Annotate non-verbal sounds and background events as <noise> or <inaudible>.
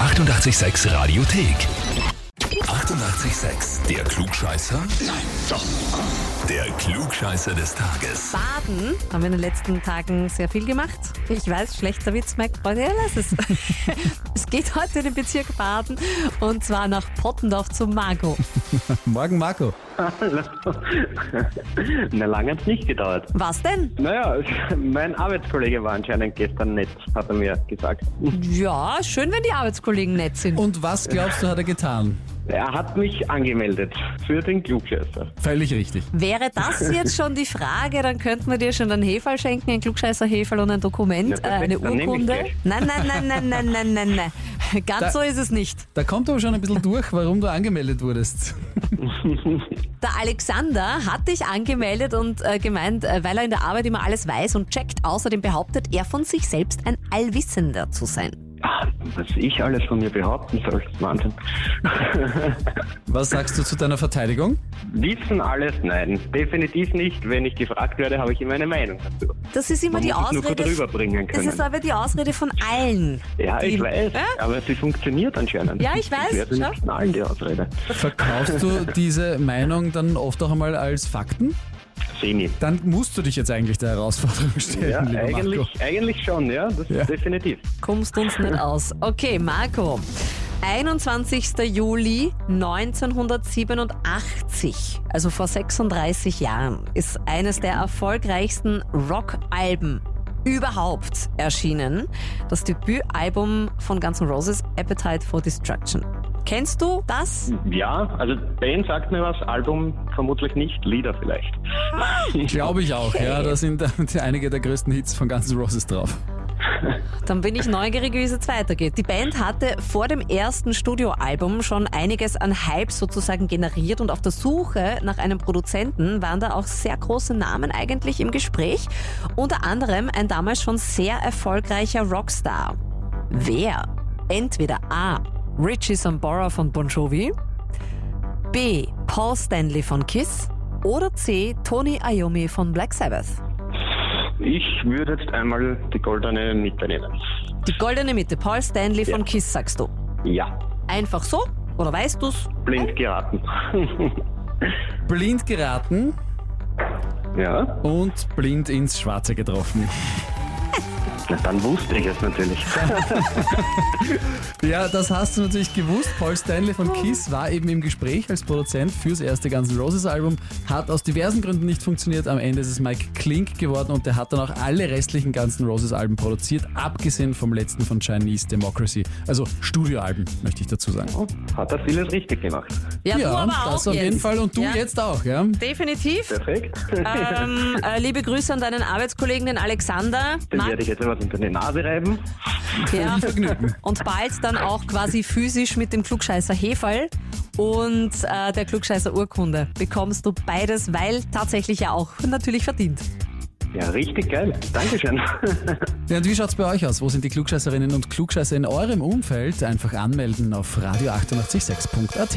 886 Radiothek. 88,6. Der Klugscheißer? Nein, doch. Der Klugscheißer des Tages. Baden haben wir in den letzten Tagen sehr viel gemacht. Ich weiß, schlechter Witz, Mike, aber ja, lass <laughs> es. es geht heute in den Bezirk Baden und zwar nach Pottendorf zum Margot. Morgen, Marco. <laughs> Na, lange hat es nicht gedauert. Was denn? Naja, <laughs> mein Arbeitskollege war anscheinend gestern nett, hat er mir gesagt. Ja, schön, wenn die Arbeitskollegen nett sind. Und was glaubst du, hat er getan? Er hat mich angemeldet für den Klugscheißer. Völlig richtig. Wäre das jetzt schon die Frage, dann könnten wir dir schon einen Heferl schenken, ein klugscheißer Heferl und ein Dokument, Ja, perfekt, äh, eine dann nehm ich Urkunde. gleich. Nein, nein, nein, nein, nein, nein, nein, <laughs> nein. Ganz Da- so ist es nicht. Da kommt aber schon ein bisschen durch, warum du angemeldet wurdest. Der Alexander hat dich angemeldet und äh, gemeint, äh, weil er in der Arbeit immer alles weiß und checkt. Außerdem behauptet er von sich selbst, ein Allwissender zu sein. Ah, Was ich alles von mir behaupten soll, Wahnsinn. <laughs> Was sagst du zu deiner Verteidigung? Wissen alles? Nein, definitiv nicht. Wenn ich gefragt werde, habe ich immer eine Meinung dazu. Das ist immer Man die muss es nur Ausrede. gut rüberbringen Das ist können. aber die Ausrede von allen. Ja, Die- ich weiß, Ja? aber sie funktioniert anscheinend. Ja, ich weiß, Ich werde schau. nicht knallen, die Ausrede. Verkaufst du diese Meinung dann oft auch einmal als Fakten? <laughs> Seni. Dann musst du dich jetzt eigentlich der Herausforderung stellen, Ja, lieber Marco. eigentlich, eigentlich schon, ja, das Ja. definitiv. Kommst uns nicht aus. Okay, Marco. 21. Juli 1987, also vor 36 Jahren, ist eines der erfolgreichsten Rockalben überhaupt erschienen. Das Debütalbum von Guns N' Roses, Appetite for Destruction. Kennst du das? Ja, also Band sagt mir was, Album vermutlich nicht, Lieder vielleicht. Glaube ich auch, ja. Da sind äh, einige der größten Hits von ganzen Roses drauf. Dann bin ich neugierig, wie es jetzt weitergeht. Die Band hatte vor dem ersten Studioalbum schon einiges an Hype sozusagen generiert und auf der Suche nach einem Produzenten waren da auch sehr große Namen eigentlich im Gespräch. Unter anderem ein damals schon sehr erfolgreicher Rockstar. Wer? Entweder A. Richie Sambora von Bon Jovi, B. Paul Stanley von Kiss oder C. Tony Iommi von Black Sabbath. Ich würde jetzt einmal die goldene Mitte nehmen. Die goldene Mitte, Paul Stanley von Ja. Kiss, sagst du. Ja, Einfach so? Oder weißt du's? blind geraten. <laughs> Blind geraten ja, und blind ins Schwarze getroffen. na, dann wusste ich es natürlich. Ja, das hast du natürlich gewusst. Paul Stanley von Kiss war eben im Gespräch als Produzent fürs erste Guns N' Roses Album, hat aus diversen Gründen nicht funktioniert. Am Ende ist es Mike Klink geworden und der hat dann auch alle restlichen Guns N' Roses Alben produziert, abgesehen vom letzten von Chinese Democracy. Also Studioalben, möchte ich dazu sagen. Hat er vieles richtig gemacht. das auf jeden Fall und du Ja, jetzt auch, ja? <laughs> Definitiv. Perfekt. Ähm, äh, liebe Grüße an deinen Arbeitskollegen, den Alexander. Dann werde ich jetzt etwas unter die Nase reiben. ja. Vergnügen. Und bald dann auch quasi physisch mit dem Klugscheißer Hefall und äh, der Klugscheißer Urkunde bekommst du beides, weil tatsächlich ja auch natürlich verdient. Ja, richtig geil. Dankeschön. Ja, und wie schaut's bei euch aus? Wo sind die Klugscheißerinnen und Klugscheißer in eurem Umfeld? Einfach anmelden auf radio886.at.